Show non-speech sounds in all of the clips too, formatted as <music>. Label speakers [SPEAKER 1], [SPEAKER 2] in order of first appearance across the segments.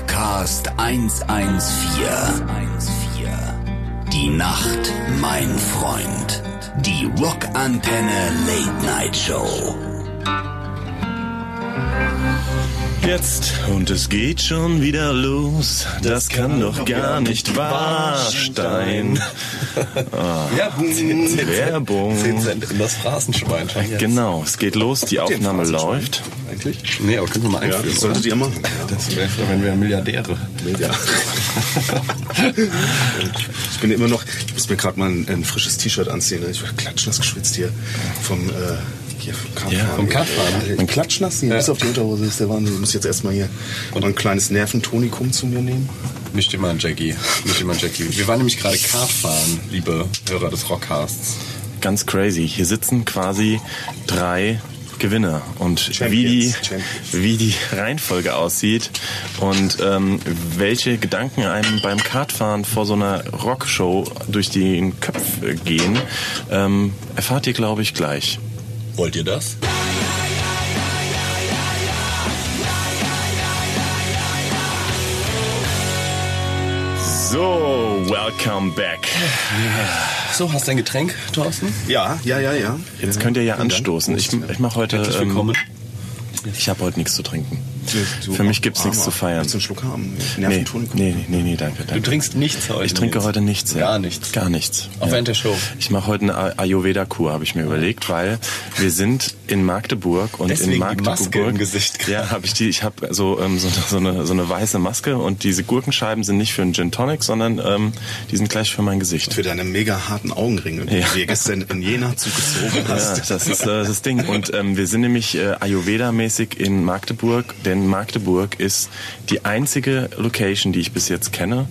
[SPEAKER 1] Podcast 114. Die Nacht, mein Freund. Die Rockantenne Late Night Show.
[SPEAKER 2] Jetzt und es geht schon wieder los. Das kann doch gar nicht wahr sein. Ah, Werbung.
[SPEAKER 3] 10 Cent in das Phrasenschwein.
[SPEAKER 2] Genau, es geht los, die
[SPEAKER 3] den
[SPEAKER 2] Aufnahme
[SPEAKER 3] Phrasenschwein.
[SPEAKER 2] läuft.
[SPEAKER 3] Eigentlich? Nee, aber können wir mal einführen.
[SPEAKER 4] das solltet
[SPEAKER 3] oder?
[SPEAKER 4] ihr machen.
[SPEAKER 3] Das wäre, wenn wir Milliardäre.
[SPEAKER 4] Ich bin immer noch, ich muss mir gerade mal ein, ein frisches T-Shirt anziehen. ne? Ich war klatschnass geschwitzt hier vom, äh, hier vom Kartfahren.
[SPEAKER 2] Ja, vom
[SPEAKER 3] Kartfahren.
[SPEAKER 4] Ein klatschnass hier, bis auf die Unterhose ist der Wahnsinn. Ich muss jetzt erstmal hier mal ein kleines Nerventonikum zu mir nehmen.
[SPEAKER 3] Misch dir mal einen Jackie. Misch dir mal einen Jackie. Wir waren nämlich gerade Kartfahren, liebe Hörer des Rockcasts.
[SPEAKER 2] Ganz crazy. Hier sitzen quasi drei Gewinner. Und wie die,
[SPEAKER 4] Champions, Champions.
[SPEAKER 2] wie die Reihenfolge aussieht und ähm, welche Gedanken einem beim Kartfahren vor so einer Rockshow durch den Kopf äh, gehen, ähm, erfahrt ihr, glaube ich, gleich.
[SPEAKER 3] Wollt ihr das?
[SPEAKER 2] So, welcome back.
[SPEAKER 3] So, hast dein Getränk, Thorsten?
[SPEAKER 4] Ja, ja, ja, ja.
[SPEAKER 2] Jetzt könnt ihr ja
[SPEAKER 4] Vielen Dank.
[SPEAKER 2] anstoßen. Ich, ich mache heute.
[SPEAKER 3] Herzlich
[SPEAKER 2] ähm,
[SPEAKER 3] willkommen.
[SPEAKER 2] Ich habe heute nichts zu trinken.
[SPEAKER 4] Du
[SPEAKER 2] Für mich gibt's
[SPEAKER 4] Armer.
[SPEAKER 2] nichts zu feiern.
[SPEAKER 4] Willst du einen Schluck haben?
[SPEAKER 2] Nee,
[SPEAKER 4] Nerventonikum?
[SPEAKER 2] nee, nee, nee, danke, danke.
[SPEAKER 3] Du trinkst nichts heute.
[SPEAKER 2] Ich trinke
[SPEAKER 3] Nils.
[SPEAKER 2] heute nichts. ja.
[SPEAKER 3] Gar nichts.
[SPEAKER 2] Gar nichts.
[SPEAKER 3] Auch während der Show.
[SPEAKER 2] Ich mache heute eine Ay- Ayurveda-Kur, habe ich mir überlegt, weil wir sind in Magdeburg und
[SPEAKER 3] Deswegen
[SPEAKER 2] in
[SPEAKER 3] die
[SPEAKER 2] Magdeburg.
[SPEAKER 3] Maske im Gesicht.
[SPEAKER 2] ja, habe ich die. Ich habe so, ähm, so, so, eine, so eine weiße Maske und diese Gurkenscheiben sind nicht für einen Gin Tonic, sondern ähm, die sind gleich für mein Gesicht.
[SPEAKER 4] Für deine mega harten Augenringe, die
[SPEAKER 2] Ja.
[SPEAKER 4] du dir gestern in Jena zugezogen
[SPEAKER 2] <laughs> Ja,
[SPEAKER 4] hast.
[SPEAKER 2] das ist äh, das Ding. Und ähm, wir sind nämlich äh, Ayurveda-mäßig in Magdeburg, denn Magdeburg ist die einzige Location, die ich bis jetzt kenne,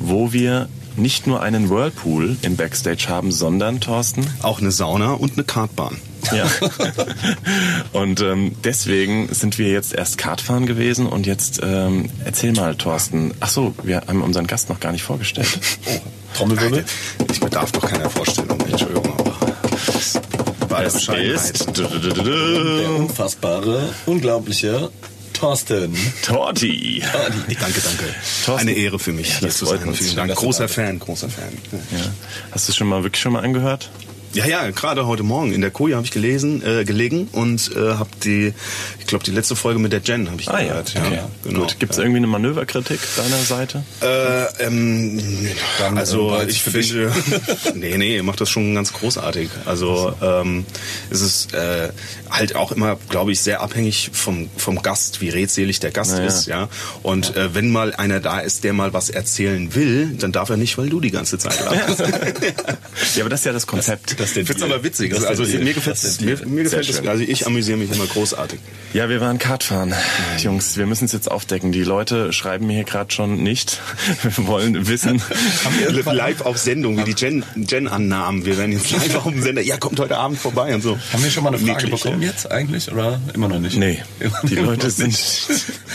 [SPEAKER 2] wo wir nicht nur einen Whirlpool im Backstage haben, sondern, Thorsten,
[SPEAKER 4] Auch eine Sauna und eine Kartbahn. <laughs>
[SPEAKER 2] ja. Und ähm, deswegen sind wir jetzt erst Kartfahren gewesen und jetzt ähm, erzähl mal, Thorsten. Ach so, wir haben unseren Gast noch gar nicht
[SPEAKER 4] <laughs>
[SPEAKER 2] vorgestellt.
[SPEAKER 3] Oh, Trommelwirbel.
[SPEAKER 4] Ich bedarf doch keiner Vorstellung. Entschuldigung, aber das war der Bescheidenheit.
[SPEAKER 3] Der unfassbare, unglaubliche Thorsten.
[SPEAKER 2] Torti.
[SPEAKER 4] Danke, danke.
[SPEAKER 2] Thorsten.
[SPEAKER 4] Eine Ehre für mich, hier
[SPEAKER 2] das
[SPEAKER 4] zu
[SPEAKER 2] freut
[SPEAKER 4] sein.
[SPEAKER 2] uns.
[SPEAKER 4] Vielen
[SPEAKER 2] Schön,
[SPEAKER 4] Dank.
[SPEAKER 3] dass du
[SPEAKER 4] Großer
[SPEAKER 3] da bist.
[SPEAKER 4] Fan, großer Fan.
[SPEAKER 2] Ja. Hast du es schon mal wirklich schon mal angehört?
[SPEAKER 4] Ja, ja, gerade heute Morgen in der Koje habe ich gelesen, äh, gelegen und äh, habe die, ich glaube, die letzte Folge mit der Jen habe ich gehört.
[SPEAKER 2] Ah okay.
[SPEAKER 4] Ah, genau.
[SPEAKER 2] Gut. Gibt es irgendwie eine Manöverkritik deiner Seite?
[SPEAKER 4] Äh, ähm,
[SPEAKER 3] Dann, äh,
[SPEAKER 4] also
[SPEAKER 3] bereits
[SPEAKER 4] ich
[SPEAKER 3] für
[SPEAKER 4] finde, <laughs> nee, nee, ihr macht das schon ganz großartig. Also ähm, es ist äh, halt auch immer, glaube ich, sehr abhängig vom vom Gast, wie redselig der Gast
[SPEAKER 2] Na ja.
[SPEAKER 4] ist, ja. Und Äh, wenn mal einer da ist, der mal was erzählen will, dann darf er nicht, weil du die ganze Zeit <laughs> lachst.
[SPEAKER 2] Ja, aber das ist ja das Konzept.
[SPEAKER 3] das ist
[SPEAKER 4] Ich
[SPEAKER 3] der
[SPEAKER 4] find's
[SPEAKER 3] Deal.
[SPEAKER 4] aber witzig.
[SPEAKER 3] Das ist der
[SPEAKER 4] also
[SPEAKER 3] Deal.
[SPEAKER 4] mir
[SPEAKER 3] Das
[SPEAKER 4] gefällt's,
[SPEAKER 3] ist der
[SPEAKER 4] mir,
[SPEAKER 3] Deal.
[SPEAKER 4] mir
[SPEAKER 2] Sehr
[SPEAKER 4] gefällt es.
[SPEAKER 2] schön.
[SPEAKER 4] Also ich amüsiere mich immer großartig.
[SPEAKER 2] ja, wir waren Kartfahren. Jungs, wir müssen es jetzt aufdecken. Die Leute schreiben mir hier gerade schon nicht. <laughs> Wir wollen wissen.
[SPEAKER 4] Live auf Sendung, wie die Jen, Jen annahmen. Wir werden jetzt live auf dem Sender. Ja, kommt heute Abend vorbei und so. äh,
[SPEAKER 3] Haben wir schon mal eine Frage
[SPEAKER 4] Niedlich,
[SPEAKER 3] bekommen jetzt eigentlich oder immer noch nicht?
[SPEAKER 2] Nee,
[SPEAKER 3] Immer-
[SPEAKER 2] die
[SPEAKER 3] immer
[SPEAKER 2] Leute
[SPEAKER 3] noch
[SPEAKER 2] sind.
[SPEAKER 3] nicht.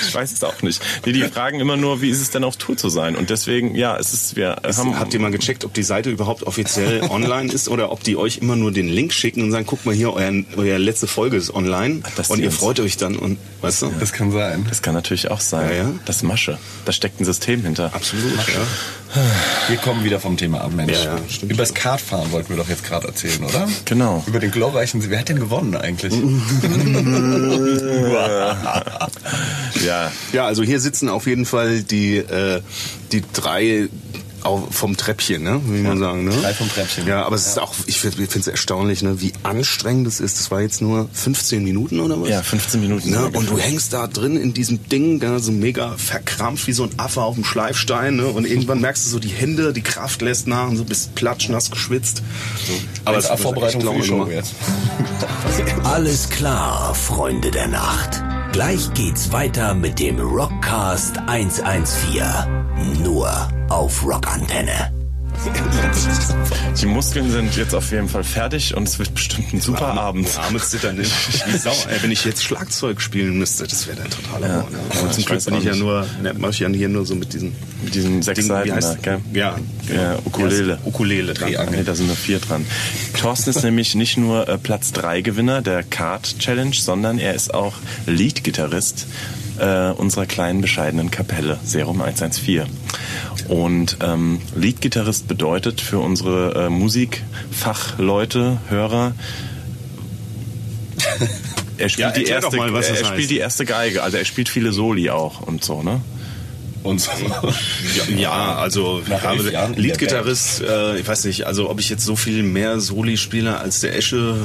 [SPEAKER 2] Ich weiß es auch nicht. Nee, die fragen immer nur, wie ist es denn auf Tour zu sein? Und deswegen, ja, es ist, wir haben.
[SPEAKER 4] Habt ihr mal gecheckt, ob die Seite überhaupt offiziell <laughs> online ist oder ob die euch immer nur den Link schicken und sagen, guck mal hier, euer, euer letzte Folge ist online
[SPEAKER 2] Ach, dass
[SPEAKER 4] und
[SPEAKER 2] die
[SPEAKER 4] ihr
[SPEAKER 2] uns-
[SPEAKER 4] freut euch dann und weißt du?
[SPEAKER 3] Das kann sein.
[SPEAKER 2] das kann natürlich auch sein.
[SPEAKER 4] Ja, ja.
[SPEAKER 2] Das ist Masche. Da steckt ein System hinter.
[SPEAKER 4] Absolut, ja.
[SPEAKER 3] Wir kommen wieder vom Thema ab, Mensch.
[SPEAKER 4] Ja, ja, stimmt.
[SPEAKER 3] Über das Kartfahren wollten wir doch jetzt gerade erzählen, oder?
[SPEAKER 2] Genau.
[SPEAKER 3] Über den glorreichen Sieg. Wer hat denn gewonnen
[SPEAKER 4] <laughs>
[SPEAKER 3] eigentlich?
[SPEAKER 2] Äh. Ja,
[SPEAKER 4] Ja, also hier sitzen auf jeden Fall die, äh, die drei au- vom Treppchen, ne? wie man sagen. Ne?
[SPEAKER 3] drei vom Treppchen.
[SPEAKER 4] Ja, aber es ist auch, ich finde es erstaunlich, ne? wie anstrengend es ist. Das war jetzt nur 15 Minuten oder was?
[SPEAKER 2] Ja, 15 Minuten.
[SPEAKER 4] Ne? Und du hängst da drin in diesem Ding, ne? so mega verkrampft wie so ein Affe auf dem Schleifstein. Ne? Und irgendwann merkst du so die Hände, die Kraft lässt nach und so bist platschnass geschwitzt.
[SPEAKER 3] Aber es
[SPEAKER 4] es
[SPEAKER 3] ist
[SPEAKER 4] hat
[SPEAKER 3] Vorbereitung für
[SPEAKER 4] echt Laune
[SPEAKER 3] die Show
[SPEAKER 4] gemacht.
[SPEAKER 3] jetzt.
[SPEAKER 1] Alles klar, Freunde der Nacht. Gleich geht's weiter mit dem Rockcast 114. Nur auf Rockantenne.
[SPEAKER 4] <laughs>
[SPEAKER 2] Die Muskeln sind jetzt auf jeden Fall fertig und es wird bestimmt ein super Abend.
[SPEAKER 4] Arme
[SPEAKER 2] <laughs>
[SPEAKER 4] zittern nicht. Wie Sau, ey, wenn ich jetzt Schlagzeug spielen müsste, das wäre dann totaler ja. Horror. Ne?
[SPEAKER 2] Ja,
[SPEAKER 4] Aber
[SPEAKER 2] ich
[SPEAKER 4] zum Glück
[SPEAKER 2] weiß
[SPEAKER 4] bin
[SPEAKER 2] auch
[SPEAKER 4] ich ja
[SPEAKER 2] nicht.
[SPEAKER 4] nur, ne, mach ich ja hier nur so mit diesen
[SPEAKER 2] Mit diesen sechs
[SPEAKER 4] Dingen,
[SPEAKER 2] Seiten
[SPEAKER 4] wie
[SPEAKER 2] da,
[SPEAKER 4] heißt,
[SPEAKER 2] gell?
[SPEAKER 4] Ja,
[SPEAKER 2] Ja, Ukulele.
[SPEAKER 4] Ukulele dran.
[SPEAKER 2] Ah, Nee, da sind nur vier dran. Thorsten
[SPEAKER 4] <laughs>
[SPEAKER 2] ist nämlich nicht nur äh, Platz 3 Gewinner der Card Challenge, sondern er ist auch Lead-Gitarrist äh, unserer kleinen bescheidenen Kapelle Serum 114. Und ähm, Leadgitarrist bedeutet für unsere äh, Musikfachleute, Hörer, er spielt,
[SPEAKER 4] Ja,
[SPEAKER 2] die,
[SPEAKER 4] erklär doch
[SPEAKER 2] erste,
[SPEAKER 4] mal, was
[SPEAKER 2] er
[SPEAKER 4] das heißt.
[SPEAKER 2] spielt die erste Geige, also er spielt viele Soli auch und so, ne?
[SPEAKER 3] Und so.
[SPEAKER 4] Ja, also
[SPEAKER 3] Nach elf
[SPEAKER 4] ja,
[SPEAKER 3] Jahren in der
[SPEAKER 4] Leadgitarrist, äh, ich weiß nicht, also ob ich jetzt so viel mehr Soli spiele als der Esche,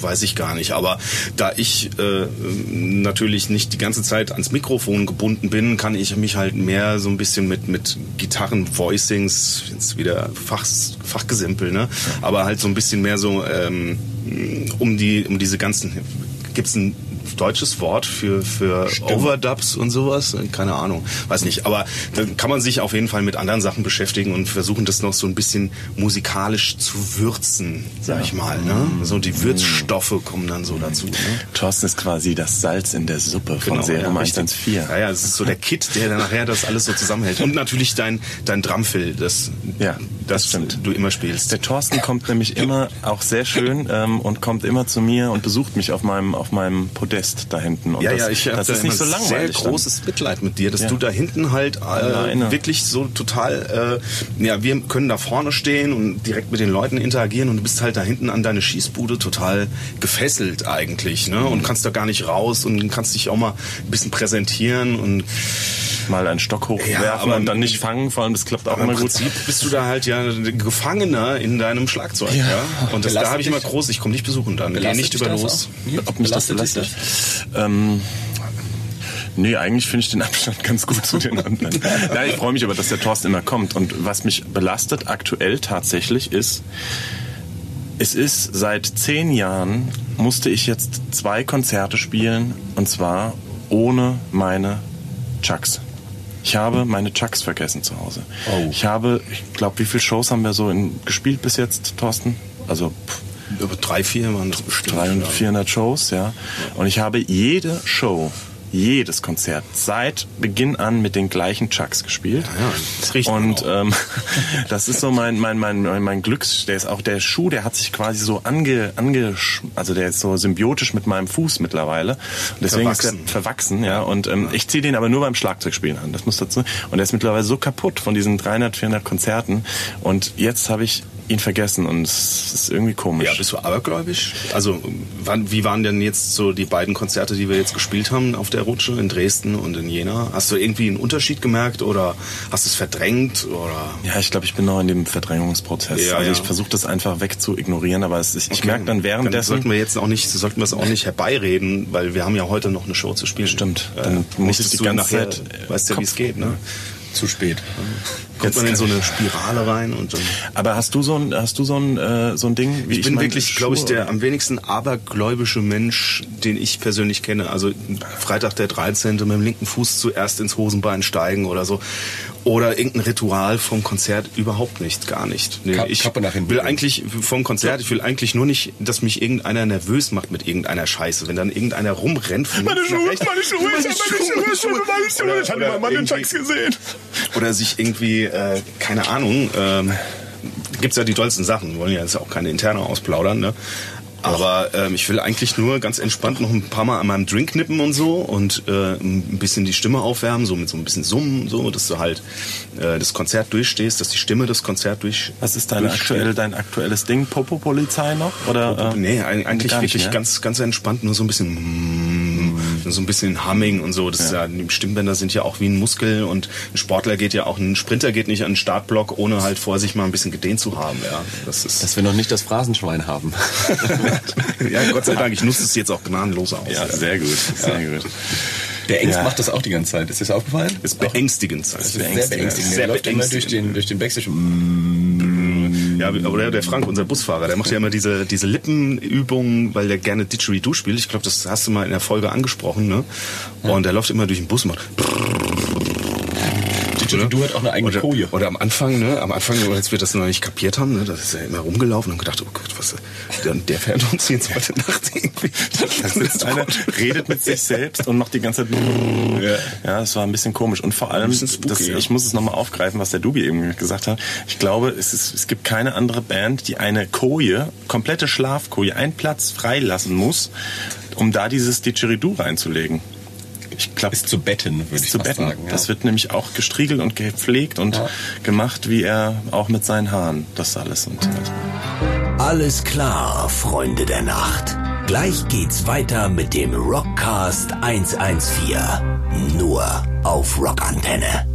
[SPEAKER 4] weiß ich gar nicht. Aber da ich äh, natürlich nicht die ganze Zeit ans Mikrofon gebunden bin, kann ich mich halt mehr so ein bisschen mit, mit Gitarren-Voicings, jetzt wieder Fach, Fachgesimpel, ne? Aber halt so ein bisschen mehr so ähm, um die um diese ganzen gibt's ein deutsches Wort für, für Overdubs und sowas? Keine Ahnung, weiß nicht. Aber dann kann man sich auf jeden Fall mit anderen Sachen beschäftigen und versuchen, das noch so ein bisschen musikalisch zu würzen, sag ich mal. Ne?
[SPEAKER 2] Mhm.
[SPEAKER 4] So die Würzstoffe kommen dann so dazu. Ne?
[SPEAKER 2] Thorsten ist quasi das Salz in der Suppe Mhm. von Serum
[SPEAKER 4] Genau, ja, richtig.
[SPEAKER 2] 114.
[SPEAKER 4] Ja, ja, es ist so der Kit, der dann nachher das alles so zusammenhält. Und natürlich dein, dein Drumfill, das,
[SPEAKER 2] Ja, das
[SPEAKER 4] das,
[SPEAKER 2] stimmt.
[SPEAKER 4] du immer spielst.
[SPEAKER 2] Der Thorsten kommt nämlich immer, auch sehr schön, ähm, und kommt immer zu mir und besucht mich auf meinem, auf meinem Podest da hinten. Und
[SPEAKER 4] Ja,
[SPEAKER 2] das,
[SPEAKER 4] ja, ich habe
[SPEAKER 2] das
[SPEAKER 4] da
[SPEAKER 2] ist nicht so
[SPEAKER 4] immer sehr
[SPEAKER 2] langweilig. dann.
[SPEAKER 4] großes Mitleid mit dir, dass
[SPEAKER 2] Ja.
[SPEAKER 4] du da hinten halt äh,
[SPEAKER 2] Alleine.
[SPEAKER 4] wirklich so total, äh, ja, wir können da vorne stehen und direkt mit den Leuten interagieren und du bist halt da hinten an deine Schießbude total gefesselt eigentlich, ne?
[SPEAKER 2] Mhm.
[SPEAKER 4] Und kannst da gar nicht raus und kannst dich auch mal ein bisschen präsentieren und
[SPEAKER 2] Mal einen Stock hochwerfen
[SPEAKER 4] Ja, aber-
[SPEAKER 2] und dann nicht fangen, vor allem das klappt auch
[SPEAKER 4] aber
[SPEAKER 2] immer
[SPEAKER 4] im
[SPEAKER 2] gut.
[SPEAKER 4] Prinzip bist du da halt ja Gefangener in deinem Schlagzeug, ja. Und das, da
[SPEAKER 3] Belastet
[SPEAKER 4] habe ich immer
[SPEAKER 3] dich-
[SPEAKER 4] groß, ich komme nicht besuchen dann, geh nicht über los.
[SPEAKER 2] Ob mich das belastet? Ähm, nee, eigentlich finde ich den Abstand <laughs> ganz gut zu den anderen. ja, ich freue mich aber, dass der Thorsten immer kommt. Und was mich belastet aktuell tatsächlich ist, es ist seit zehn Jahren musste ich jetzt zwei Konzerte spielen und zwar ohne meine Chucks. Ich habe meine Chucks vergessen zu Hause.
[SPEAKER 3] Oh.
[SPEAKER 2] Ich habe, ich glaube, wie viele Shows haben wir so in, gespielt bis jetzt, Thorsten? Also pff,
[SPEAKER 4] Über drei, vier waren das bestimmt.
[SPEAKER 2] 300,
[SPEAKER 4] ja.
[SPEAKER 2] 400 Shows, ja. Und ich habe jede Show, jedes Konzert seit Beginn an mit den gleichen Chucks gespielt.
[SPEAKER 4] ja, das riecht man
[SPEAKER 2] Und ähm, <laughs> das ist so mein mein mein mein, mein Glücks, der ist auch der Schuh, der hat sich quasi so ange ange also der ist so symbiotisch mit meinem Fuß mittlerweile. Und deswegen ist
[SPEAKER 4] Verwachsen.
[SPEAKER 2] der verwachsen, ja. Und ähm, ich ziehe den aber nur beim Schlagzeugspielen an. Das muss dazu. Und der ist mittlerweile so kaputt von diesen 300, 400 Konzerten. Und jetzt habe ich ihn vergessen und es ist irgendwie komisch.
[SPEAKER 4] Ja, bist du abergläubisch? Also, wann, wie waren denn jetzt so die beiden Konzerte, die wir jetzt gespielt haben auf der Rutsche in Dresden und in Jena? Hast du irgendwie einen Unterschied gemerkt oder hast du es verdrängt oder?
[SPEAKER 2] Ja, ich glaube, ich bin noch in dem Verdrängungsprozess.
[SPEAKER 4] Ja,
[SPEAKER 2] also
[SPEAKER 4] ja.
[SPEAKER 2] ich versuche das einfach wegzuignorieren, aber es, ist- ich
[SPEAKER 4] Okay,
[SPEAKER 2] merke dann währenddessen.
[SPEAKER 4] sollten wir jetzt auch nicht, sollten wir es auch nicht herbeireden, weil wir haben ja heute noch eine Show zu spielen.
[SPEAKER 2] Stimmt,
[SPEAKER 4] Äh,
[SPEAKER 2] dann muss
[SPEAKER 4] nicht,
[SPEAKER 2] ich
[SPEAKER 4] dass
[SPEAKER 2] die
[SPEAKER 4] du
[SPEAKER 2] ganze
[SPEAKER 4] nachher,
[SPEAKER 2] Zeit, äh,
[SPEAKER 4] Weißt ja, wie es
[SPEAKER 2] Kopf-
[SPEAKER 4] geht, ne?
[SPEAKER 3] Zu spät.
[SPEAKER 4] Kommt man in
[SPEAKER 2] kann
[SPEAKER 4] so
[SPEAKER 2] ich- <laughs>
[SPEAKER 4] eine Spirale rein und dann.
[SPEAKER 2] aber hast du so ein, hast du so ein, äh, so ein Ding? Wie
[SPEAKER 4] ich, bin
[SPEAKER 2] meine
[SPEAKER 4] wirklich,
[SPEAKER 2] Schuhe-
[SPEAKER 4] glaube ich, der am wenigsten abergläubische Mensch, den ich persönlich kenne. Also Freitag der 13. mit dem linken Fuß zuerst ins Hosenbein steigen oder so. Oder irgendein Ritual vom Konzert überhaupt nicht, gar nicht. Nee,
[SPEAKER 3] Kap-
[SPEAKER 4] ich
[SPEAKER 3] Kappe nach hinten.
[SPEAKER 4] will eigentlich vom Konzert, ich will eigentlich nur nicht, dass mich irgendeiner nervös macht mit irgendeiner Scheiße. Wenn dann irgendeiner rumrennt von
[SPEAKER 2] Meine
[SPEAKER 4] links nach
[SPEAKER 2] Schuhe, meine
[SPEAKER 4] rechts-
[SPEAKER 2] Schuhe, meine Schuhe, meine Schuhe, meine Schuhe, meine Schuhe. Ich hatte
[SPEAKER 4] Oder-
[SPEAKER 2] mal meine
[SPEAKER 4] oder
[SPEAKER 2] Chucks
[SPEAKER 4] irgendwie-
[SPEAKER 2] gesehen.
[SPEAKER 4] oder sich irgendwie, äh, keine Ahnung, ähm, gibt's ja die tollsten Sachen, wollen ja jetzt auch keine interne ausplaudern, ne? Aber ähm, ich will eigentlich nur ganz entspannt noch ein paar Mal an meinem Drink nippen und so und äh, ein bisschen die Stimme aufwärmen, so mit so ein bisschen Summen, so, dass du halt äh, das Konzert durchstehst, dass die Stimme das Konzert durch.
[SPEAKER 2] Was ist dein,
[SPEAKER 4] durchsteht.
[SPEAKER 2] aktuell, dein aktuelles Ding? Popo-Polizei noch? Oder, äh,
[SPEAKER 4] Nee, eig- eigentlich
[SPEAKER 2] gar nicht ne?
[SPEAKER 4] wirklich
[SPEAKER 2] mehr?
[SPEAKER 4] ganz, ganz entspannt, nur so ein bisschen mm, so ein bisschen Humming und so. Das ist ja, die Stimmbänder sind ja auch wie ein Muskel und ein Sportler geht ja auch, ein Sprinter geht nicht an den Startblock, ohne halt vor sich mal ein bisschen gedehnt zu haben. Ja, das ist.
[SPEAKER 3] Dass wir noch nicht das Phrasenschwein haben.
[SPEAKER 4] <laughs> ja, Gott sei Dank, ich nutze es jetzt auch gnadenlos aus.
[SPEAKER 2] Ja, sehr gut, sehr gut.
[SPEAKER 3] Der Engst
[SPEAKER 2] Ja.
[SPEAKER 3] macht das auch die ganze Zeit. Ist dir das aufgefallen?
[SPEAKER 4] Ist beängstigend. Das
[SPEAKER 3] Das ist sehr beängstigend.
[SPEAKER 4] Sehr
[SPEAKER 3] Der läuft immer durch
[SPEAKER 4] beängstigend.
[SPEAKER 3] den, durch den Backstage. Mm.
[SPEAKER 4] Ja, aber der- der Frank, unser Busfahrer, der macht ja immer diese, diese Lippenübungen, weil der gerne Didgeridoo spielt. Ich glaube, das hast du mal in der Folge angesprochen, ne? Und der läuft immer durch den Bus und macht
[SPEAKER 3] Du hast auch eine eigene
[SPEAKER 4] Oder,
[SPEAKER 3] Koje.
[SPEAKER 4] oder am Anfang, ne? Am Anfang, als wir das noch nicht kapiert haben, ne? Da ist er immer rumgelaufen und gedacht, oh Gott, was, der, der fährt uns jetzt heute Nacht irgendwie.
[SPEAKER 3] <laughs>
[SPEAKER 4] Das ist
[SPEAKER 2] Einer redet mit sich selbst und macht die ganze Zeit. Ja, das war ein bisschen komisch. Und vor allem,
[SPEAKER 4] bisschen spooky,
[SPEAKER 2] das,
[SPEAKER 4] ja.
[SPEAKER 2] ich muss es nochmal aufgreifen, was der Dubi eben gesagt hat. Ich glaube, es, ist, es gibt keine andere Band, die eine Koje, komplette Schlafkoje, einen Platz freilassen muss, um da dieses Didgeridoo reinzulegen. ich glaube,
[SPEAKER 3] Ist zu betten, würde ich
[SPEAKER 2] zu
[SPEAKER 3] fast
[SPEAKER 2] betten.
[SPEAKER 3] sagen. Ja.
[SPEAKER 2] Das wird nämlich auch gestriegelt und gepflegt und gemacht, wie er auch mit seinen Haaren das alles. Und also.
[SPEAKER 1] Alles klar, Freunde der Nacht. Gleich geht's weiter mit dem Rockcast 114. Nur auf Rockantenne.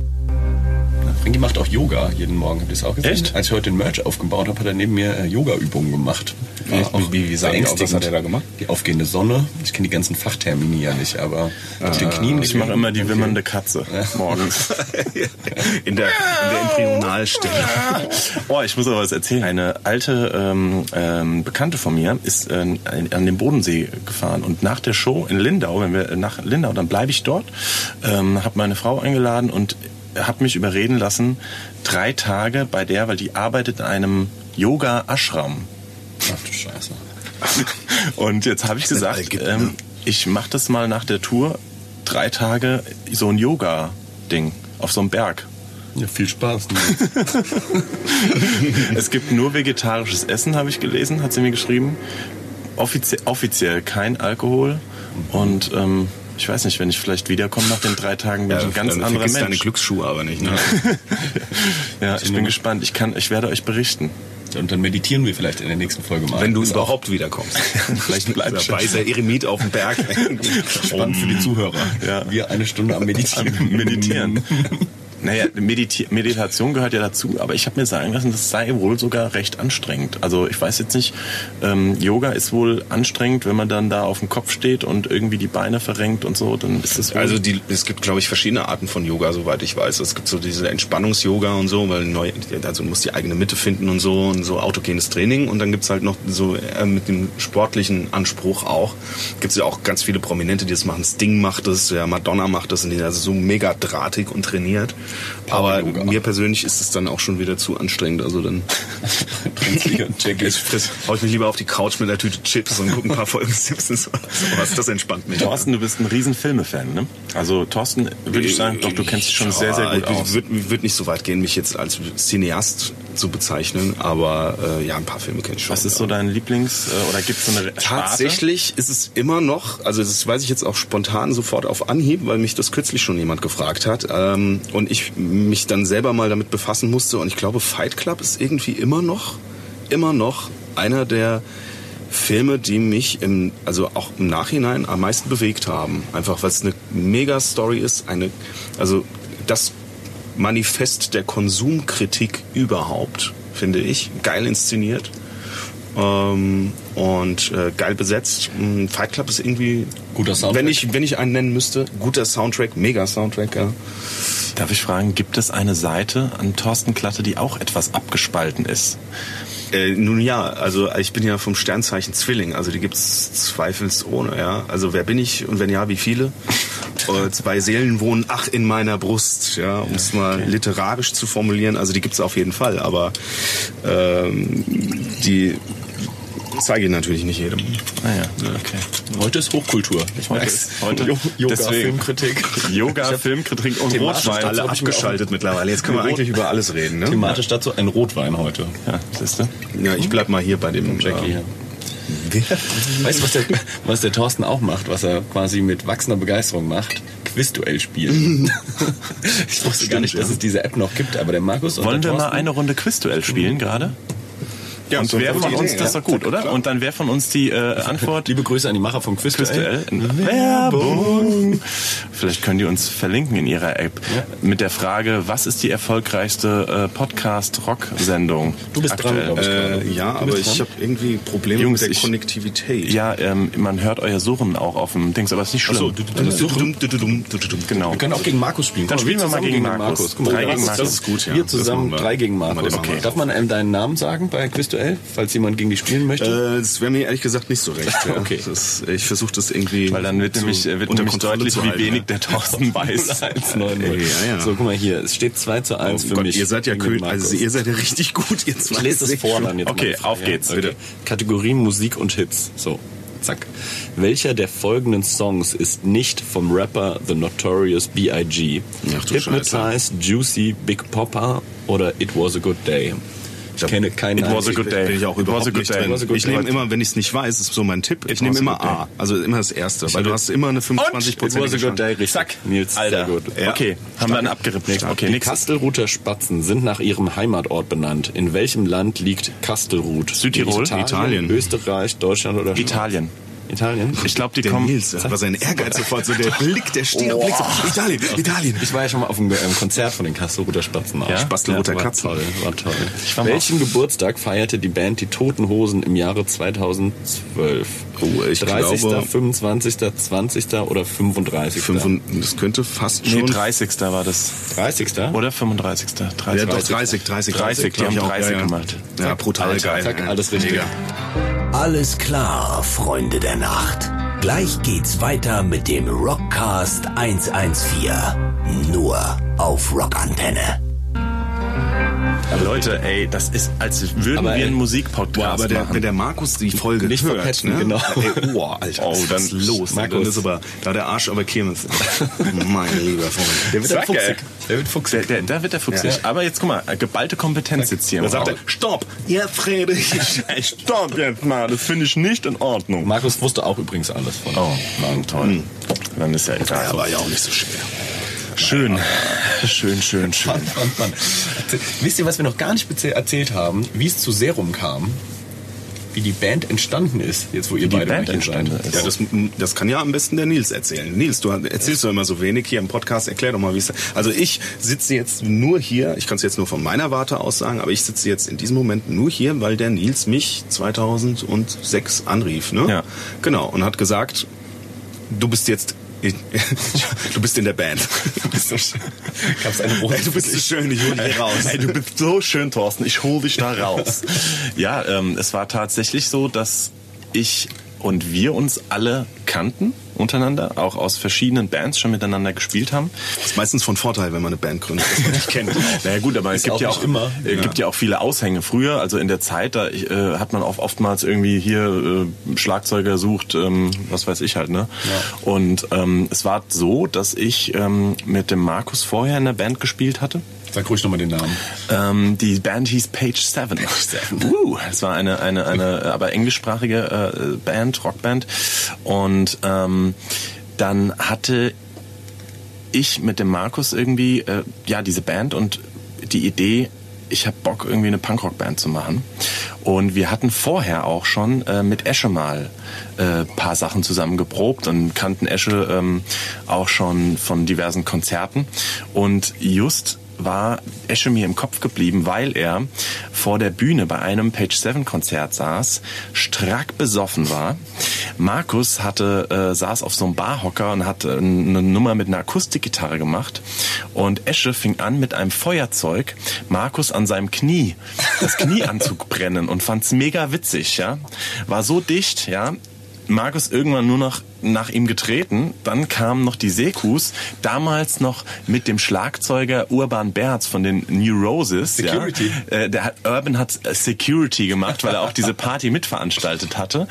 [SPEAKER 3] Ringi macht auch Yoga jeden Morgen, habt ihr das auch gesehen?
[SPEAKER 2] Echt?
[SPEAKER 3] Als ich heute den Merch aufgebaut habe, hat er neben mir äh, Yoga-Übungen gemacht. War
[SPEAKER 4] Echt? Wie- wie- wie sah die aus? Was
[SPEAKER 3] beängstigend.
[SPEAKER 4] hat er da gemacht?
[SPEAKER 3] Die aufgehende Sonne. Ich kenne die ganzen Fachtermini ja nicht, aber auf
[SPEAKER 4] Äh,
[SPEAKER 3] den Knien.
[SPEAKER 2] Äh, Ich mache immer die wimmernde Katze morgens.
[SPEAKER 4] In der, in der Embryonalstelle.
[SPEAKER 2] <laughs> Oh, ich muss aber was erzählen. Eine alte ähm, ähm, Bekannte von mir ist äh, an den Bodensee gefahren und nach der Show in Lindau, wenn wir nach Lindau, dann bleibe ich dort, ähm, habe meine Frau eingeladen und habe mich überreden lassen, drei Tage bei der, weil die arbeitet in einem Yoga-Ashram. <laughs>
[SPEAKER 3] Ach du Scheiße.
[SPEAKER 2] Und jetzt habe ich
[SPEAKER 4] denn
[SPEAKER 2] gesagt,
[SPEAKER 4] alle gibt,
[SPEAKER 2] ähm,
[SPEAKER 4] ne?
[SPEAKER 2] ich mache das mal nach der Tour drei Tage so ein Yoga-Ding auf so einem Berg.
[SPEAKER 3] Ja, viel Spaß. Ne?
[SPEAKER 2] <laughs> es gibt nur vegetarisches Essen, habe ich gelesen, hat sie mir geschrieben. Offizie offiziell kein Alkohol. Und ähm, ich weiß nicht, wenn ich vielleicht wiederkomme nach den drei Tagen, bin ich ein ganz
[SPEAKER 4] Dann
[SPEAKER 2] anderer
[SPEAKER 4] vergiss also, deine
[SPEAKER 2] Mensch.
[SPEAKER 4] Glücksschuhe aber nicht, ne?
[SPEAKER 2] <laughs> ja, ich bin gespannt. Ich, kann, ich werde euch berichten.
[SPEAKER 3] <laughs> Und dann meditieren wir vielleicht in der nächsten Folge mal.
[SPEAKER 4] Wenn du überhaupt wiederkommst. Vielleicht
[SPEAKER 2] Bleib
[SPEAKER 4] bleibt weißer Eremit auf dem Berg.
[SPEAKER 3] Spannend
[SPEAKER 4] Hm.
[SPEAKER 3] für die Zuhörer.
[SPEAKER 2] Ja.
[SPEAKER 3] Wir eine Stunde am Meditieren.
[SPEAKER 2] Am Meditieren. <laughs>
[SPEAKER 3] <laughs>
[SPEAKER 2] Naja, Mediti Meditation gehört ja dazu, aber ich habe mir sagen lassen, das sei wohl sogar recht anstrengend. Also ich weiß jetzt nicht, ähm, Yoga ist wohl anstrengend, wenn man dann da auf dem Kopf steht und irgendwie die Beine verrenkt und so, dann ist es wohl...
[SPEAKER 4] Also die, es gibt, glaube ich, verschiedene Arten von Yoga, soweit ich weiß. Es gibt so diese Entspannungs-Yoga und so, weil neu, also du musst die eigene Mitte finden und so und so autogenes Training. Und dann gibt's halt noch so äh, mit dem sportlichen Anspruch auch. gibt's ja auch ganz viele Prominente, die das machen. Sting macht das, ja, Madonna macht das und die sind also so mega drahtig und trainiert. Aber
[SPEAKER 3] Power-Yoga.
[SPEAKER 4] mir persönlich ist es dann auch schon wieder zu anstrengend. Also dann
[SPEAKER 3] Meditieren. Jackie.
[SPEAKER 4] ich friss, hau ich mich lieber auf die Couch mit einer Tüte Chips und guck ein paar Folgen <laughs> Simpsons. Oh, Was, das entspannt
[SPEAKER 2] <laughs>
[SPEAKER 4] mich.
[SPEAKER 2] Thorsten, du bist ein riesen Filme-Fan, ne? Also Thorsten, würde ich sagen, doch, du kennst dich schon sehr, sehr gut
[SPEAKER 4] Ich
[SPEAKER 2] aus.
[SPEAKER 4] würde würd nicht so weit gehen, mich jetzt als Cineast zu bezeichnen, aber äh, ja, ein paar Filme kenne ich schon.
[SPEAKER 2] Was ist
[SPEAKER 4] ja.
[SPEAKER 2] so dein Lieblings- äh, oder gibt es so eine Sparte?
[SPEAKER 4] Tatsächlich ist es immer noch, also das weiß ich jetzt auch spontan sofort auf Anhieb, weil mich das kürzlich schon jemand gefragt hat ähm, und ich mich dann selber mal damit befassen musste und ich glaube Fight Club ist irgendwie immer noch, immer noch einer der Filme, die mich im, also auch im Nachhinein am meisten bewegt haben. Einfach, weil es eine Mega-Story ist, eine, also das Manifest der Konsumkritik überhaupt, finde ich. Geil inszeniert ähm, und äh, geil besetzt. Mm, Fight Club ist irgendwie
[SPEAKER 3] Guter Soundtrack.
[SPEAKER 4] Wenn ich wenn ich einen nennen müsste, guter Soundtrack, mega Soundtrack. Ja.
[SPEAKER 2] Darf ich fragen, gibt es eine Seite an Thorsten Klatte, die auch etwas abgespalten ist?
[SPEAKER 4] Äh, nun ja, also ich bin ja vom Sternzeichen Zwilling, also die gibt's zweifelsohne, ja. Also wer bin ich und wenn ja, wie viele? Äh, Zwei Seelen wohnen ach in meiner Brust, ja, um es mal literarisch zu formulieren. Also die gibt's auf jeden Fall, aber ähm, die zeige ich natürlich nicht jedem.
[SPEAKER 3] Ah
[SPEAKER 2] Naja, okay.
[SPEAKER 3] Heute ist Hochkultur. Ich
[SPEAKER 2] Heute,
[SPEAKER 3] merk's.
[SPEAKER 2] heute
[SPEAKER 3] Jo- Yoga,
[SPEAKER 2] deswegen.
[SPEAKER 3] Filmkritik.
[SPEAKER 2] Yoga, Filmkritik und
[SPEAKER 4] Thematisch
[SPEAKER 2] Rotwein.
[SPEAKER 4] alle abgeschaltet mittlerweile. Jetzt können wir eigentlich über alles reden, ne?
[SPEAKER 3] Thematisch dazu ein Rotwein heute.
[SPEAKER 2] Ja, siehst du?
[SPEAKER 4] Ja, ich bleib mal hier bei dem ähm,
[SPEAKER 3] Jackie
[SPEAKER 4] Jackie.
[SPEAKER 3] hier. Weißt du, was der, was der Thorsten auch macht, was er quasi mit wachsender Begeisterung macht? Quizduell spielen. ich wusste gar nicht, dass es diese App noch gibt, aber der Markus und
[SPEAKER 2] Wollen
[SPEAKER 3] der
[SPEAKER 2] wir mal
[SPEAKER 3] Thorsten,
[SPEAKER 2] eine Runde
[SPEAKER 3] Mhm.
[SPEAKER 2] Quizduell spielen gerade?
[SPEAKER 4] Ja,
[SPEAKER 2] Und wer von uns, das ist
[SPEAKER 4] ja.
[SPEAKER 2] doch gut, oder? Und dann wer von uns die äh, Antwort
[SPEAKER 3] Liebe Grüße an die Macher vom Quizduell.
[SPEAKER 2] Quizduell? Werbung. Vielleicht können die uns verlinken in ihrer App mit der Frage, was ist die erfolgreichste äh, Podcast-Rock-Sendung?
[SPEAKER 3] Du bist dran,
[SPEAKER 2] aktuell?
[SPEAKER 3] glaub ich.
[SPEAKER 4] Äh, ja,
[SPEAKER 3] Du
[SPEAKER 4] aber
[SPEAKER 3] bist
[SPEAKER 4] ich
[SPEAKER 3] dran.
[SPEAKER 4] habe irgendwie Probleme
[SPEAKER 2] Jungs,
[SPEAKER 4] mit der
[SPEAKER 2] ich-
[SPEAKER 4] Konnektivität.
[SPEAKER 2] Ja, ähm, man hört euer Surren auch auf dem Dings, aber ist nicht schlimm.
[SPEAKER 4] So,
[SPEAKER 2] genau.
[SPEAKER 3] Wir können auch gegen Markus spielen.
[SPEAKER 2] Dann
[SPEAKER 3] Komm,
[SPEAKER 2] spielen wir
[SPEAKER 3] zusammen
[SPEAKER 2] mal gegen Markus.
[SPEAKER 3] Guck mal,
[SPEAKER 2] Drei
[SPEAKER 3] das
[SPEAKER 2] gegen
[SPEAKER 3] ist-
[SPEAKER 2] Markus.
[SPEAKER 3] Das ist gut, ja.
[SPEAKER 4] Das
[SPEAKER 3] Wir
[SPEAKER 4] machen
[SPEAKER 3] zusammen
[SPEAKER 4] wir.
[SPEAKER 3] drei gegen
[SPEAKER 4] Machen wir,
[SPEAKER 3] Markus.
[SPEAKER 4] machen wir.
[SPEAKER 3] Darf man einem deinen Namen sagen bei Quizduell, falls jemand gegen dich spielen
[SPEAKER 4] Äh,
[SPEAKER 3] möchte?
[SPEAKER 4] das wäre mir ehrlich gesagt nicht so recht.
[SPEAKER 2] <laughs>
[SPEAKER 4] Ja.
[SPEAKER 3] Okay.
[SPEAKER 4] Das, ich versuche das irgendwie.
[SPEAKER 2] Weil dann wird
[SPEAKER 4] zu-
[SPEAKER 2] nämlich, äh, wird
[SPEAKER 4] unter
[SPEAKER 2] nämlich
[SPEAKER 4] Kontrolle
[SPEAKER 2] deutlich,
[SPEAKER 4] zu
[SPEAKER 2] wie
[SPEAKER 4] halten,
[SPEAKER 2] wenig
[SPEAKER 4] ja.
[SPEAKER 2] der Thorsten
[SPEAKER 3] <laughs>
[SPEAKER 2] weiß.
[SPEAKER 3] 1-9-0.
[SPEAKER 4] Ja, ja.
[SPEAKER 3] So, guck mal hier. Es steht 2 zu 1
[SPEAKER 4] Oh
[SPEAKER 3] für
[SPEAKER 4] Gott,
[SPEAKER 3] mich.
[SPEAKER 4] Ihr seid ja
[SPEAKER 3] gegen
[SPEAKER 4] König.
[SPEAKER 3] Markus.
[SPEAKER 4] Also ihr seid ja richtig gut. Ihr
[SPEAKER 3] Ich
[SPEAKER 4] zwei.
[SPEAKER 3] lese es vor dann jetzt.
[SPEAKER 2] Okay,
[SPEAKER 3] meine Frage,
[SPEAKER 2] auf geht's, bitte.
[SPEAKER 3] Kategorien Musik und Hits. So, zack. Welcher der folgenden Songs ist nicht vom Rapper The Notorious B.I.G.?
[SPEAKER 4] Ach du
[SPEAKER 3] Hypnotize, Juicy, Big Popper oder It Was a Good Day? Ich kenne keinen
[SPEAKER 2] It was a good day.
[SPEAKER 4] Bin ich auch
[SPEAKER 2] It was
[SPEAKER 4] überhaupt
[SPEAKER 2] a good
[SPEAKER 4] nicht
[SPEAKER 2] day.
[SPEAKER 4] drin.
[SPEAKER 2] It was a good
[SPEAKER 4] Ich
[SPEAKER 2] day.
[SPEAKER 4] nehme immer, wenn ich es nicht weiß, ist so mein Tipp. Ich
[SPEAKER 2] was
[SPEAKER 4] nehme
[SPEAKER 2] a
[SPEAKER 4] immer
[SPEAKER 2] good
[SPEAKER 4] A. Also immer das Erste. Weil
[SPEAKER 2] hatte-
[SPEAKER 4] du hast immer eine 25
[SPEAKER 2] It was a good day. Richtig.
[SPEAKER 3] Zack.
[SPEAKER 2] Nils, sehr
[SPEAKER 3] Alter.
[SPEAKER 2] gut.
[SPEAKER 4] Ja.
[SPEAKER 2] Okay, haben wir einen abgerippt. Nee, okay,
[SPEAKER 3] Die
[SPEAKER 2] nächstes.
[SPEAKER 3] Kastelruther Spatzen sind nach ihrem Heimatort benannt. In welchem Land liegt Kastelruth?
[SPEAKER 2] Südtirol?
[SPEAKER 3] Italien,
[SPEAKER 4] Italien.
[SPEAKER 3] Österreich, Deutschland oder
[SPEAKER 2] Italien.
[SPEAKER 3] Italien?
[SPEAKER 2] Ich glaube, die
[SPEAKER 4] Der
[SPEAKER 2] kommen...
[SPEAKER 4] Nils,
[SPEAKER 2] <laughs>
[SPEAKER 4] aber sein Ehrgeiz sofort, so der Blick, der Stier, Blick, so, Italien, Italien.
[SPEAKER 3] Ich war ja schon mal auf einem ähm, Konzert von den Kastelruther Spatzen auch.
[SPEAKER 2] Ja?
[SPEAKER 4] Spastelruther
[SPEAKER 3] war
[SPEAKER 4] Katzen.
[SPEAKER 3] Toll, war toll.
[SPEAKER 2] Ich war mal
[SPEAKER 3] Welchen Geburtstag feierte die Band Die Toten Hosen im Jahre 2012?
[SPEAKER 4] Oh, ich
[SPEAKER 3] 30.,
[SPEAKER 4] glaube-
[SPEAKER 3] 25., 20. oder 35.?
[SPEAKER 4] Fünf und- Das könnte fast
[SPEAKER 2] Nee,
[SPEAKER 4] schon...
[SPEAKER 2] 30. war das.
[SPEAKER 3] 30.
[SPEAKER 2] Oder 35. 30.
[SPEAKER 4] ja, doch, 30, 30.
[SPEAKER 2] 30, die
[SPEAKER 4] glaub
[SPEAKER 2] haben
[SPEAKER 4] ich auch,
[SPEAKER 2] 30
[SPEAKER 4] ja, ja.
[SPEAKER 2] gemacht.
[SPEAKER 4] Ja, brutal
[SPEAKER 3] Alter,
[SPEAKER 4] geil.
[SPEAKER 3] zack,
[SPEAKER 4] ja.
[SPEAKER 3] alles richtig.
[SPEAKER 4] Mega.
[SPEAKER 1] Alles klar, Freunde der Nacht. Gleich geht's weiter mit dem Rockcast 114. Nur auf Rockantenne.
[SPEAKER 2] Leute, ey, das ist, als würden
[SPEAKER 3] Aber,
[SPEAKER 2] wir
[SPEAKER 3] ey,
[SPEAKER 2] einen
[SPEAKER 4] Boah,
[SPEAKER 2] Musikpodcast
[SPEAKER 4] aber der, wenn
[SPEAKER 2] machen.
[SPEAKER 4] der Markus die Folge
[SPEAKER 3] Nicht
[SPEAKER 4] hört,
[SPEAKER 3] verpetzen,
[SPEAKER 4] ne?
[SPEAKER 3] genau.
[SPEAKER 4] Ey, oh, Alter,
[SPEAKER 2] Oh,
[SPEAKER 4] was ist
[SPEAKER 2] dann-
[SPEAKER 4] was los?
[SPEAKER 3] Markus.
[SPEAKER 4] Dann ist aber, da der Arsch aber käme. mein lieber Freund.
[SPEAKER 3] Der wird dann
[SPEAKER 2] Zack, ey.
[SPEAKER 3] fuchsig. Der wird fuchsig.
[SPEAKER 2] Der, der, da wird der fuchsig.
[SPEAKER 4] Ja.
[SPEAKER 2] Aber jetzt guck mal, äh, geballte Kompetenz jetzt hier.
[SPEAKER 4] Dann
[SPEAKER 2] im
[SPEAKER 4] sagt er,
[SPEAKER 2] Raum.
[SPEAKER 4] stopp, ihr Friedrich.
[SPEAKER 2] Ey, stopp jetzt mal, das finde ich nicht in Ordnung.
[SPEAKER 3] Markus wusste auch übrigens alles von.
[SPEAKER 2] Oh, Mann, toll. Dann ist ja egal.
[SPEAKER 4] <laughs> Ja, war ja auch nicht so schwer.
[SPEAKER 2] Schön, <laughs> schön, schön, schön.
[SPEAKER 3] Mann, Mann, Mann. Wisst ihr, was wir noch gar nicht bezäh- erzählt haben? Wie es zu Serum kam? Wie die Band entstanden ist, jetzt wo ihr
[SPEAKER 2] die
[SPEAKER 3] beide
[SPEAKER 2] Band
[SPEAKER 3] Mädchen seid.
[SPEAKER 2] entstanden ist.
[SPEAKER 4] Ja, das, das kann ja am besten der Nils erzählen. Nils, du erzählst doch immer so wenig hier im Podcast. Erklär doch mal, wie es Also ich sitze jetzt nur hier, ich kann es jetzt nur von meiner Warte aus sagen, aber ich sitze jetzt in diesem Moment nur hier, weil der Nils mich 2006 anrief. Ne?
[SPEAKER 2] Ja.
[SPEAKER 4] Genau, und hat gesagt, du bist jetzt... <laughs> du bist in der Band.
[SPEAKER 3] Du <laughs> bist so schön. Gab's eine Rolle
[SPEAKER 4] Ey, du bist so schön, ich hol dich raus.
[SPEAKER 2] Ey, du bist so schön, Thorsten. Ich hol dich da raus. ja, ähm, es war tatsächlich so, dass ich und wir uns alle kannten untereinander, auch aus verschiedenen Bands schon miteinander gespielt haben.
[SPEAKER 4] ist meistens von Vorteil, wenn man eine Band gründet, dass man dich kennt.
[SPEAKER 3] <laughs>
[SPEAKER 2] Naja gut, aber es gibt
[SPEAKER 3] auch
[SPEAKER 2] ja
[SPEAKER 3] nicht
[SPEAKER 2] auch
[SPEAKER 3] immer.
[SPEAKER 2] Äh, gibt ja auch viele Aushänge. Früher, also in der Zeit, da äh, hat man auch oftmals irgendwie hier äh, Schlagzeuger sucht, ähm, was weiß ich halt, ne? Und ähm, es war so, dass ich ähm, mit dem Markus vorher in der Band gespielt hatte.
[SPEAKER 3] Sag ruhig nochmal den Namen.
[SPEAKER 2] Ähm, die Band hieß Page Seven. Uh, es war eine, eine, eine äh, aber englischsprachige äh, Band, Rockband. Und ähm, dann hatte ich mit dem Markus irgendwie, äh, ja, diese Band und die Idee, ich habe Bock, irgendwie eine Punkrock-Band zu machen. Und wir hatten vorher auch schon äh, mit Esche mal ein äh, paar Sachen zusammen geprobt und kannten Esche ähm, auch schon von diversen Konzerten. Und just war Esche mir im Kopf geblieben, weil er vor der Bühne bei einem Page 7 Konzert saß, strack besoffen war. Markus hatte, äh, saß auf so einem Barhocker und hat äh, eine Nummer mit einer Akustikgitarre gemacht und Esche fing an mit einem Feuerzeug Markus an seinem Knie, das Knie anzubrennen und fand's mega witzig, ja. War so dicht, ja. Markus irgendwann nur noch nach ihm getreten. Dann kamen noch die Sekus, damals noch mit dem Schlagzeuger Urban Berz von den New Roses.
[SPEAKER 3] Security.
[SPEAKER 2] Ja. Äh, Der hat, Urban hat äh, Security gemacht, weil er auch diese Party mitveranstaltet hatte.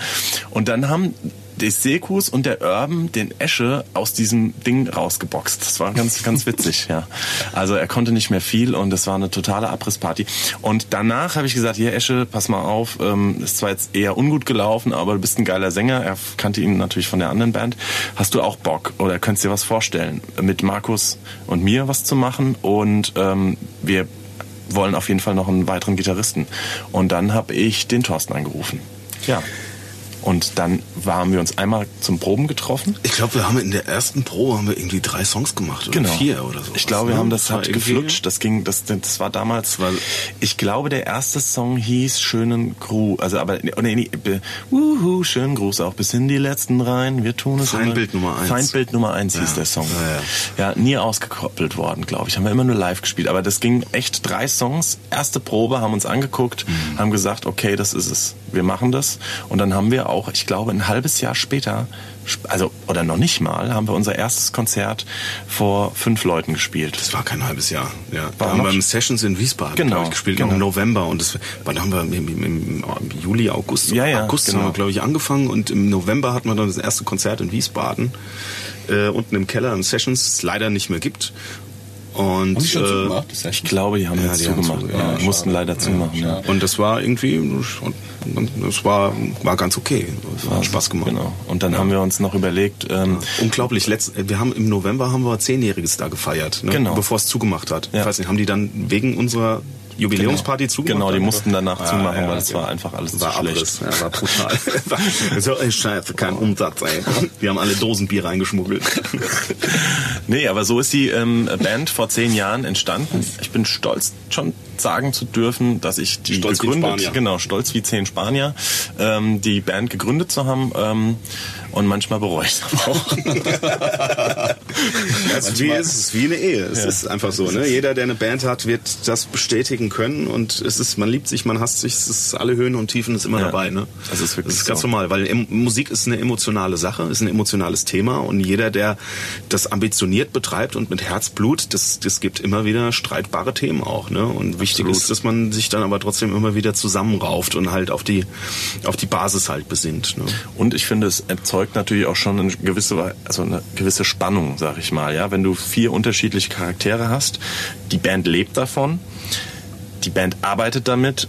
[SPEAKER 2] Und dann haben die Sekus und der Urban den Esche aus diesem Ding rausgeboxt. Das war ganz, ganz witzig, ja. Also er konnte nicht mehr viel und das war eine totale Abrissparty. Und danach habe ich gesagt, hier Esche, pass mal auf, ähm, ist zwar jetzt eher ungut gelaufen, aber du bist ein geiler Sänger. Er kannte ihn natürlich von der anderen Band. Hast du auch Bock oder könntest dir was vorstellen, mit Markus und mir was zu machen? Und ähm, wir wollen auf jeden Fall noch einen weiteren Gitarristen. Und dann habe ich den Thorsten angerufen. Ja. Und dann haben wir uns einmal zum Proben getroffen.
[SPEAKER 4] Ich glaube, wir haben in der ersten Pro haben wir irgendwie drei Songs gemacht oder vier
[SPEAKER 2] Genau.
[SPEAKER 4] oder so. Ne?
[SPEAKER 2] Ich glaube, wir haben das
[SPEAKER 4] war
[SPEAKER 2] halt
[SPEAKER 4] irgendwie-
[SPEAKER 2] geflutscht. Das ging, das, das war damals,
[SPEAKER 4] war-
[SPEAKER 2] ich glaube, der erste Song hieß Schönen Gruß. Also, aber, nee, nee, nee, be- wuhu, schönen Gruß auch bis in die letzten rein. Wir tun es.
[SPEAKER 4] Feindbild
[SPEAKER 2] immer.
[SPEAKER 4] Nummer eins.
[SPEAKER 2] Feindbild Nummer eins hieß
[SPEAKER 4] Ja.
[SPEAKER 2] der Song.
[SPEAKER 4] Ja,
[SPEAKER 2] Ja, nie ausgekoppelt worden, glaube ich. Haben wir immer nur live gespielt. Aber das ging echt drei Songs. Erste Probe, haben uns angeguckt,
[SPEAKER 4] Mhm.
[SPEAKER 2] haben gesagt, okay, das ist es. Wir machen das. Und dann haben wir auch, ich glaube, ein halbes Jahr später, sp- also, oder noch nicht mal, haben wir unser erstes Konzert vor fünf Leuten gespielt.
[SPEAKER 4] Das war kein halbes Jahr. Ja.
[SPEAKER 2] War
[SPEAKER 4] Da haben
[SPEAKER 2] noch-
[SPEAKER 4] wir im Sessions in Wiesbaden
[SPEAKER 2] Genau,
[SPEAKER 4] glaub ich, gespielt,
[SPEAKER 2] genau.
[SPEAKER 4] noch im November. Und das, wann haben wir? Im, im, im Juli, August.
[SPEAKER 2] Ja, ja,
[SPEAKER 4] August
[SPEAKER 2] genau.
[SPEAKER 4] haben wir, glaube ich, angefangen. Und im November hatten wir dann das erste Konzert in Wiesbaden. Äh, unten im Keller, im Sessions, das es leider nicht mehr gibt. Und,
[SPEAKER 3] die schon
[SPEAKER 4] äh,
[SPEAKER 3] zugemacht? Das ist ja
[SPEAKER 2] Ich
[SPEAKER 3] schlimm.
[SPEAKER 2] glaube, die haben
[SPEAKER 4] Ja,
[SPEAKER 2] jetzt
[SPEAKER 4] die haben
[SPEAKER 2] zugemacht.
[SPEAKER 4] zuge-
[SPEAKER 2] ja,
[SPEAKER 4] ja,
[SPEAKER 2] mussten
[SPEAKER 3] schade.
[SPEAKER 2] leider zumachen. Ja,
[SPEAKER 4] und das war irgendwie, und das war, war ganz okay. Das hat Spaß gemacht.
[SPEAKER 2] Genau. Und dann haben wir uns noch überlegt, ähm,
[SPEAKER 4] Unglaublich. Letzt, wir haben im November haben wir zehnjähriges da gefeiert, ne?
[SPEAKER 2] Genau.
[SPEAKER 4] bevor es zugemacht hat.
[SPEAKER 2] Ja.
[SPEAKER 4] Ich weiß nicht, haben die dann wegen unserer Jubiläumsparty zugemacht?
[SPEAKER 2] genau, die
[SPEAKER 4] oder?
[SPEAKER 2] mussten danach
[SPEAKER 4] Ah,
[SPEAKER 2] zumachen,
[SPEAKER 4] ja,
[SPEAKER 2] weil es
[SPEAKER 4] okay.
[SPEAKER 2] war einfach alles
[SPEAKER 4] war
[SPEAKER 2] zu schlecht.
[SPEAKER 4] Abriss, ja, war brutal. <laughs> so ey, scheiße, kein Umsatz. Ey. Wir haben alle Dosenbier reingeschmuggelt.
[SPEAKER 2] <laughs> Nee, aber so ist die ähm, Band vor zehn Jahren entstanden. Ich bin stolz, schon sagen zu dürfen, dass ich die
[SPEAKER 4] Stolz wie ein
[SPEAKER 2] gegründet,
[SPEAKER 4] Spanier.
[SPEAKER 2] genau, stolz wie zehn Spanier, ähm, die Band gegründet zu haben ähm, und manchmal bereue ich es aber
[SPEAKER 4] <laughs>
[SPEAKER 2] auch.
[SPEAKER 4] Also wie es ist wie eine Ehe. Es ist einfach so. Ne? Jeder, der eine Band hat, wird das bestätigen können. Und es ist, man liebt sich, man hasst sich. Es ist alle Höhen und Tiefen ist immer
[SPEAKER 2] Ja.
[SPEAKER 4] dabei. Ne?
[SPEAKER 2] Das ist wirklich
[SPEAKER 4] das ist ganz
[SPEAKER 2] so.
[SPEAKER 4] normal, weil em Musik ist eine emotionale Sache, ist ein emotionales Thema. Und jeder, der das ambitioniert betreibt und mit Herzblut, das, das gibt immer wieder streitbare Themen auch. Ne? Und wichtig ist, dass man sich dann aber trotzdem immer wieder zusammenrauft und halt auf die, auf die Basis halt besinnt. Ne?
[SPEAKER 2] Und ich finde, es erzeugt natürlich auch schon eine gewisse, Wei- also eine gewisse Spannung, sag ich mal. Ja, wenn du vier unterschiedliche Charaktere hast, die Band lebt davon, die Band arbeitet damit.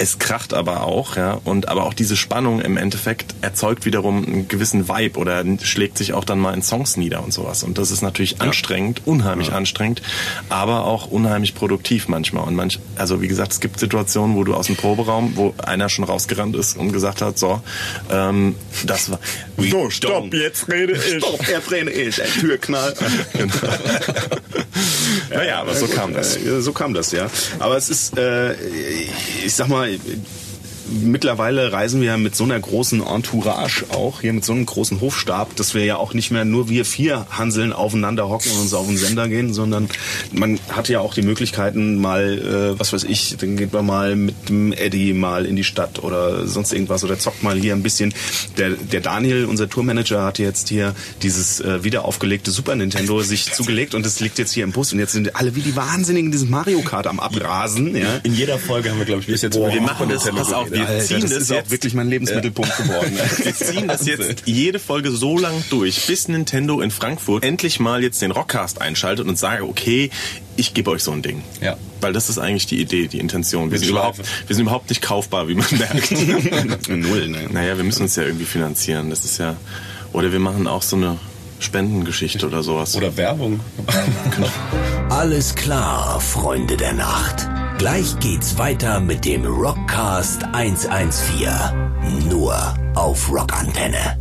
[SPEAKER 2] Es kracht aber auch, ja, und aber auch diese Spannung im Endeffekt erzeugt wiederum einen gewissen Vibe oder schlägt sich auch dann mal in Songs nieder und sowas. Und das ist natürlich anstrengend, unheimlich anstrengend, aber auch unheimlich produktiv manchmal. Und manch, also wie gesagt, es gibt Situationen, wo du aus dem Proberaum, wo einer schon rausgerannt ist und gesagt hat, so, ähm, das war. So,
[SPEAKER 4] stopp,
[SPEAKER 2] jetzt rede <laughs>
[SPEAKER 4] Stopp, er Träne ist, ein Türknall.
[SPEAKER 2] Genau. naja, aber so kam das.
[SPEAKER 4] Äh, So kam das, ja. Aber es ist, äh, ich sag mal, mittlerweile reisen wir mit so einer großen Entourage auch, hier mit so einem großen Hofstab, dass wir ja auch nicht mehr nur wir vier Hanseln aufeinander hocken und uns auf den Sender gehen, sondern man hat ja auch die Möglichkeiten mal, äh, was weiß ich, dann geht man mal mit dem Eddie mal in die Stadt oder sonst irgendwas oder zockt mal hier ein bisschen. Der, der Daniel, unser Tourmanager, hat jetzt hier dieses äh, wieder aufgelegte Super Nintendo sich zugelegt und das liegt jetzt hier im Bus und jetzt sind alle wie die Wahnsinnigen dieses Mario Kart am Abrasen, ja.
[SPEAKER 3] In jeder Folge haben wir, glaube ich, bis jetzt über
[SPEAKER 2] wir
[SPEAKER 3] die
[SPEAKER 2] machen das,
[SPEAKER 3] Nintendo
[SPEAKER 2] pass auf,
[SPEAKER 3] geredet.
[SPEAKER 2] wir
[SPEAKER 3] Alter,
[SPEAKER 2] ziehen
[SPEAKER 4] das
[SPEAKER 2] das
[SPEAKER 4] ist
[SPEAKER 2] jetzt.
[SPEAKER 4] auch wirklich mein Lebensmittelpunkt geworden.
[SPEAKER 2] Wir ziehen das jetzt jede Folge so lang durch, bis Nintendo in Frankfurt endlich mal jetzt den Rockcast einschaltet und sage, okay, ich gebe euch so ein Ding.
[SPEAKER 3] Ja.
[SPEAKER 2] Weil das ist eigentlich die Idee, die Intention. Wir sind, überhaupt,
[SPEAKER 3] Schleife.
[SPEAKER 2] wir sind überhaupt nicht kaufbar, wie man merkt.
[SPEAKER 4] Null, ne?
[SPEAKER 2] naja, wir müssen uns ja irgendwie finanzieren. Das ist ja. Oder wir machen auch so eine Spendengeschichte oder sowas.
[SPEAKER 3] Oder
[SPEAKER 4] <laughs>
[SPEAKER 3] Werbung.
[SPEAKER 1] Alles klar, Freunde der Nacht. Gleich geht's weiter mit dem Rockcast 114. Nur auf Rockantenne.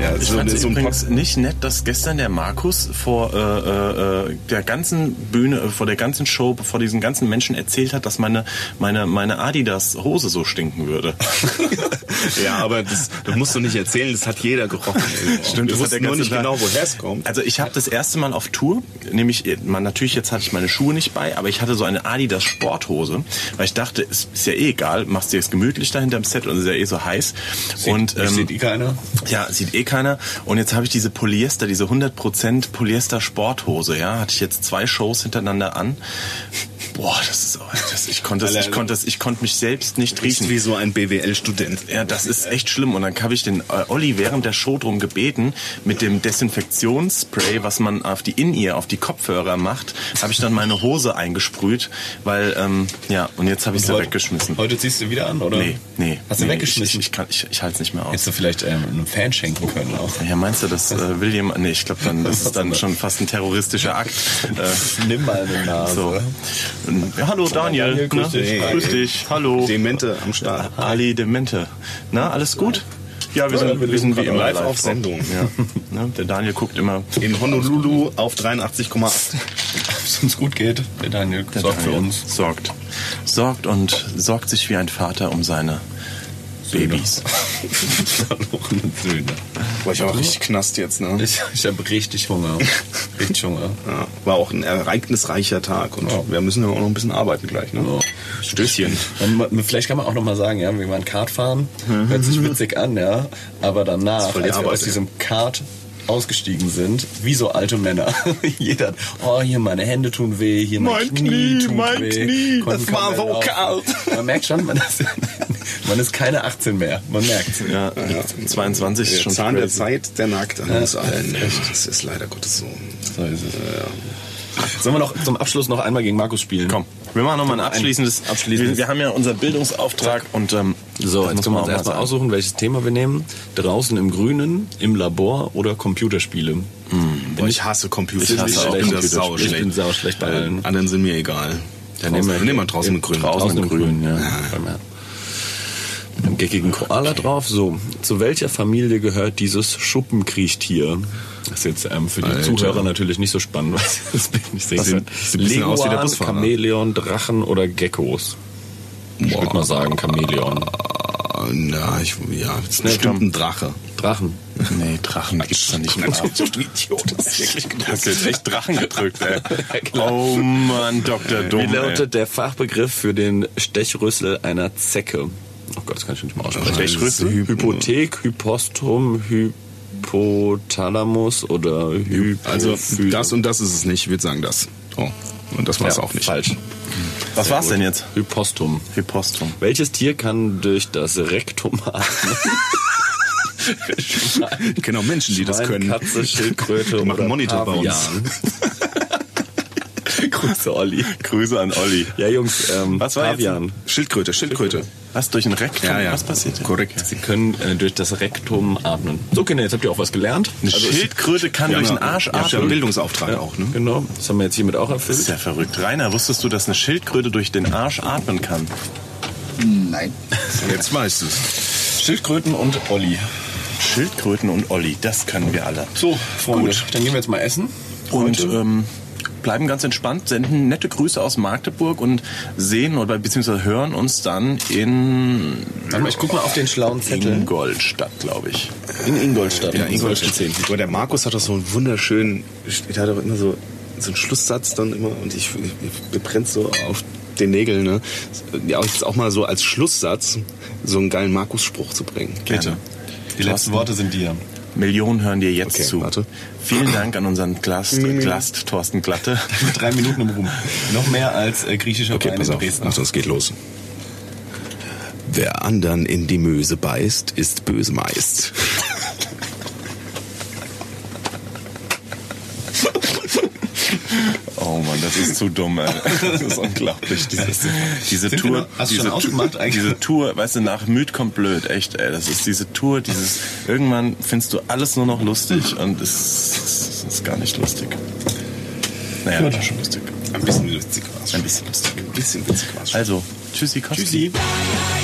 [SPEAKER 4] Ja,
[SPEAKER 2] Ich
[SPEAKER 4] so,
[SPEAKER 2] fand es
[SPEAKER 4] so ein
[SPEAKER 2] übrigens nicht nett, dass gestern der Markus vor äh, äh, äh, der ganzen Bühne, äh, vor der ganzen Show, vor diesen ganzen Menschen erzählt hat, dass meine, meine, meine Adidas-Hose so stinken
[SPEAKER 4] <laughs>
[SPEAKER 2] würde.
[SPEAKER 4] Ja, aber das, das musst du nicht erzählen, das hat jeder gerochen.
[SPEAKER 2] Stimmt, das hat
[SPEAKER 4] das wussten
[SPEAKER 2] der
[SPEAKER 4] nur
[SPEAKER 2] ganze
[SPEAKER 4] nicht
[SPEAKER 2] Tag-
[SPEAKER 4] genau, woher es kommt.
[SPEAKER 2] Also ich habe das erste Mal auf Tour, nämlich äh, man, natürlich jetzt hatte ich meine Schuhe nicht bei, aber ich hatte so eine Adidas Sporthose, weil ich dachte, es ist ja eh egal, machst dir jetzt gemütlich da hinterm Set und es ist ja eh so heiß. und ähm,
[SPEAKER 3] sieht die keiner?
[SPEAKER 2] ja, sieht eh keiner. Und jetzt habe ich diese Polyester, diese 100% Polyester Sporthose, ja, hatte ich jetzt zwei Shows hintereinander an. Boah, das ist das, ich konnte das, ich konnte das, ich konnte mich selbst nicht riechen.
[SPEAKER 4] Riecht wie so ein BWL-Student.
[SPEAKER 2] Ja, das ist echt schlimm. Und dann habe ich den äh, Olli während der Show drum gebeten, mit dem Desinfektionsspray, was man auf die In-Ear, auf die Kopfhörer macht, habe ich dann meine Hose eingesprüht, weil, ähm, ja, und jetzt habe ich sie
[SPEAKER 3] Heute-
[SPEAKER 2] weggeschmissen.
[SPEAKER 3] Heute ziehst du wieder an, oder?
[SPEAKER 2] Nee, nee.
[SPEAKER 3] Hast du
[SPEAKER 2] nee,
[SPEAKER 3] weggeschmissen?
[SPEAKER 2] Ich, ich, kann- ich, ich halte es nicht mehr aus.
[SPEAKER 3] Hättest du vielleicht ähm, einem Fan schenken können auch.
[SPEAKER 2] Ja, meinst du, dass äh, William, nee, ich glaube, dann, das ist dann schon fast ein terroristischer Akt. Äh,
[SPEAKER 3] Nimm mal eine Nase.
[SPEAKER 2] so. Ja, hallo Daniel.
[SPEAKER 3] Daniel, grüß
[SPEAKER 2] ne?
[SPEAKER 3] dich.
[SPEAKER 2] grüß dich. Hallo.
[SPEAKER 4] Demente am Start.
[SPEAKER 2] Ali Demente. Na, alles gut? Ja, wir sind,
[SPEAKER 3] wir
[SPEAKER 2] wir sind wie
[SPEAKER 3] leben
[SPEAKER 2] immer
[SPEAKER 4] live
[SPEAKER 2] live,
[SPEAKER 4] auf
[SPEAKER 2] drauf.
[SPEAKER 4] Sendung.
[SPEAKER 2] Ja. Ne? Der Daniel guckt immer.
[SPEAKER 4] In Honolulu auf 83,8.
[SPEAKER 3] Ob es uns gut geht, der Daniel
[SPEAKER 2] Der
[SPEAKER 3] sorgt für
[SPEAKER 2] Daniel
[SPEAKER 3] uns.
[SPEAKER 2] Sorgt. Sorgt und sorgt sich wie ein Vater um seine Babys.
[SPEAKER 3] Verlorene Söhne.
[SPEAKER 4] Boah, ich war richtig knast jetzt, ne?
[SPEAKER 3] Ich, ich habe richtig Hunger. Richtig Hunger.
[SPEAKER 4] Ja, war auch ein ereignisreicher Tag und wir müssen ja auch noch ein bisschen arbeiten gleich, ne?
[SPEAKER 3] Ja.
[SPEAKER 4] Stößchen.
[SPEAKER 3] Dann, Ähm, ma- vielleicht kann man auch noch mal sagen, ja, wir waren Kart fahren, hört sich witzig an, ja, aber danach,
[SPEAKER 4] Mhm. voll
[SPEAKER 3] als
[SPEAKER 4] die
[SPEAKER 3] wir
[SPEAKER 4] Arbeit,
[SPEAKER 3] aus
[SPEAKER 4] ey.
[SPEAKER 3] diesem Kart ausgestiegen sind, wie so alte Männer. <laughs> Jeder, hat, oh, hier meine Hände tun weh, hier mein,
[SPEAKER 4] Mein
[SPEAKER 3] Knie,
[SPEAKER 4] Knie,
[SPEAKER 3] tut
[SPEAKER 4] mein
[SPEAKER 3] weh.
[SPEAKER 4] Knie,
[SPEAKER 3] konnten
[SPEAKER 4] das war
[SPEAKER 3] kaum mehr
[SPEAKER 4] so
[SPEAKER 3] laufen.
[SPEAKER 4] kalt.
[SPEAKER 3] Man merkt schon, man ist, <laughs> man ist keine 18 mehr. Man merkt's.
[SPEAKER 2] Ja, 22 ist
[SPEAKER 4] Der
[SPEAKER 2] schon
[SPEAKER 4] Zahn der
[SPEAKER 2] crazy.
[SPEAKER 4] Zeit, der nagt an uns allen. Das ist leider Gottes so.
[SPEAKER 3] So ist es. Sollen wir noch zum Abschluss noch einmal gegen Markus spielen?
[SPEAKER 2] Komm, wir machen nochmal ein abschließendes.
[SPEAKER 3] abschließendes.
[SPEAKER 2] Wir, wir haben ja unseren Bildungsauftrag und ähm, das
[SPEAKER 3] So, jetzt
[SPEAKER 2] muss
[SPEAKER 3] können wir
[SPEAKER 2] man
[SPEAKER 3] uns
[SPEAKER 2] auch mal
[SPEAKER 3] erstmal
[SPEAKER 2] sagen.
[SPEAKER 3] aussuchen, welches Thema wir nehmen. Draußen im Grünen, im Labor oder Computerspiele.
[SPEAKER 4] Boah, ich hasse Computer.
[SPEAKER 3] Ich hasse auch
[SPEAKER 4] bin da
[SPEAKER 3] Computerspiele.
[SPEAKER 4] sau
[SPEAKER 3] Ich bin
[SPEAKER 4] schlecht.
[SPEAKER 3] sauschlecht bei
[SPEAKER 4] Äh,
[SPEAKER 3] allen.
[SPEAKER 4] Anderen sind mir egal. Dann nehmen wir, nehmen wir draußen mit Grün.
[SPEAKER 3] Draußen im Grünen, ja. ja. Mit einem geckigen Koala drauf. So, zu welcher Familie gehört dieses Schuppenkriechtier? Das ist jetzt ähm, für die
[SPEAKER 4] Alter.
[SPEAKER 3] Zuhörer natürlich nicht so spannend, <laughs> weil sie das Bild nicht sehen
[SPEAKER 4] Das sieht-
[SPEAKER 3] können.
[SPEAKER 4] sieht ein bisschen aus wie der
[SPEAKER 3] Leguan,
[SPEAKER 4] Busfahrer.
[SPEAKER 3] Chamäleon, Drachen oder Geckos? Ich würde mal sagen Chamäleon.
[SPEAKER 4] Ah, Na, ich, ja, das ist bestimmt ein Drache.
[SPEAKER 3] Drachen.
[SPEAKER 2] Nee, Drachen gibt's da nicht mehr.
[SPEAKER 4] <laughs> du Idiot, das ist wirklich
[SPEAKER 2] Hast du jetzt echt Drachen gedrückt,
[SPEAKER 3] <laughs>
[SPEAKER 2] ey. oh Mann, Dr. Dumm.
[SPEAKER 3] Wie
[SPEAKER 4] äh,
[SPEAKER 2] ey.
[SPEAKER 3] lautet der Fachbegriff für den Stechrüssel einer Zecke? Oh Gott, das kann ich nicht mal aussprechen.
[SPEAKER 2] Stechrüssel?
[SPEAKER 3] Hy- Hypothek, Hypostrum, Hypothalamus oder Hypophyse.
[SPEAKER 4] Also, das und das ist es nicht. Ich würde sagen, das. Oh, und das war es
[SPEAKER 3] ja,
[SPEAKER 4] auch nicht. <laughs>
[SPEAKER 3] Falsch.
[SPEAKER 2] Was war's denn jetzt?
[SPEAKER 3] Hypostum.
[SPEAKER 2] Hypostum.
[SPEAKER 3] Welches Tier kann durch das Rektum atmen?
[SPEAKER 4] Ich kenne auch Genau, Menschen, die das
[SPEAKER 3] Schwein,
[SPEAKER 4] können.
[SPEAKER 3] Katze, Schildkröte
[SPEAKER 4] Die machen
[SPEAKER 3] oder
[SPEAKER 4] Monitor bei uns. <laughs>
[SPEAKER 3] Pavian. Grüße, Olli.
[SPEAKER 2] Grüße an Olli.
[SPEAKER 3] Ja, Jungs, ähm,
[SPEAKER 2] Was war jetzt?
[SPEAKER 3] Pavian.
[SPEAKER 4] Schildkröte, Schildkröte.
[SPEAKER 2] Was durch ein Rektum?
[SPEAKER 4] Ja, ja.
[SPEAKER 2] Was passiert denn?
[SPEAKER 4] Korrekt.
[SPEAKER 3] Sie können äh, durch das Rektum atmen. So, Kinder, jetzt habt ihr auch was gelernt. Also,
[SPEAKER 2] Eine Schildkröte kann durch den Arsch
[SPEAKER 4] Ich habe einen
[SPEAKER 2] atmen.
[SPEAKER 4] Bildungsauftrag auch, ne?
[SPEAKER 3] Genau, das haben wir jetzt hiermit auch
[SPEAKER 2] Das ist
[SPEAKER 3] erfüllt.
[SPEAKER 2] ja verrückt. Rainer, wusstest du, dass eine Schildkröte durch den Arsch atmen kann?
[SPEAKER 5] Nein.
[SPEAKER 4] Jetzt weißt du es.
[SPEAKER 3] Schildkröten und Olli.
[SPEAKER 2] Schildkröten und Olli, das können wir alle.
[SPEAKER 3] So, Freunde, dann gehen wir jetzt mal essen.
[SPEAKER 2] Und ähm, bleiben ganz entspannt, senden nette Grüße aus Magdeburg und sehen oder beziehungsweise hören uns dann in
[SPEAKER 3] Warte mal, ich guck mal auf den schlauen Zettel.
[SPEAKER 2] Ingolstadt, glaube ich.
[SPEAKER 3] In Ingolstadt.
[SPEAKER 4] Ja, Ingolstadt.
[SPEAKER 3] erzählen.
[SPEAKER 4] Aber der Markus hat doch so einen wunderschönen, der hat doch immer so, so einen Schlusssatz dann immer und ich, ich, ich brennt so auf den Nägeln, ne? Ja, auch jetzt auch mal so als Schlusssatz so einen geilen Markus-Spruch zu bringen.
[SPEAKER 2] Gerne.
[SPEAKER 3] Die letzten Worte sind dir.
[SPEAKER 2] Millionen hören dir jetzt
[SPEAKER 4] Okay,
[SPEAKER 2] zu.
[SPEAKER 4] warte.
[SPEAKER 2] Vielen Dank an unseren Glast, Glast Thorsten
[SPEAKER 3] <laughs>
[SPEAKER 2] Glatte.
[SPEAKER 3] Drei Minuten im Ruhm. Noch mehr als äh, griechischer
[SPEAKER 4] Okay,
[SPEAKER 3] Wein
[SPEAKER 4] pass
[SPEAKER 3] in
[SPEAKER 4] auf.
[SPEAKER 3] Dresden.
[SPEAKER 4] Achtung, es geht los. Wer andern in die Möse beißt, ist böse meist.
[SPEAKER 2] Oh Mann, das ist zu dumm, ey. Das ist unglaublich. Diese, diese
[SPEAKER 3] Sind wir
[SPEAKER 2] Tour.
[SPEAKER 3] noch- hast du
[SPEAKER 2] diese
[SPEAKER 3] schon
[SPEAKER 2] Tour-
[SPEAKER 3] ausgemacht eigentlich?
[SPEAKER 2] Diese Tour, weißt du, nach müd kommt blöd, echt, ey. Das ist diese Tour, dieses. Irgendwann findest du alles nur noch lustig und es ist, es ist gar nicht lustig. Naja, das war schon lustig.
[SPEAKER 4] Ein bisschen witzig war es.
[SPEAKER 2] Ein bisschen lustig.
[SPEAKER 4] Ein bisschen witzig war es.
[SPEAKER 2] Also, tschüssi, Kosti.
[SPEAKER 3] Tschüssi.
[SPEAKER 6] Ai, ai, ai, ai, ai, ai, ai, ai, ai, ai, ai, ai, ai, ai, ai, ai, ai, ai,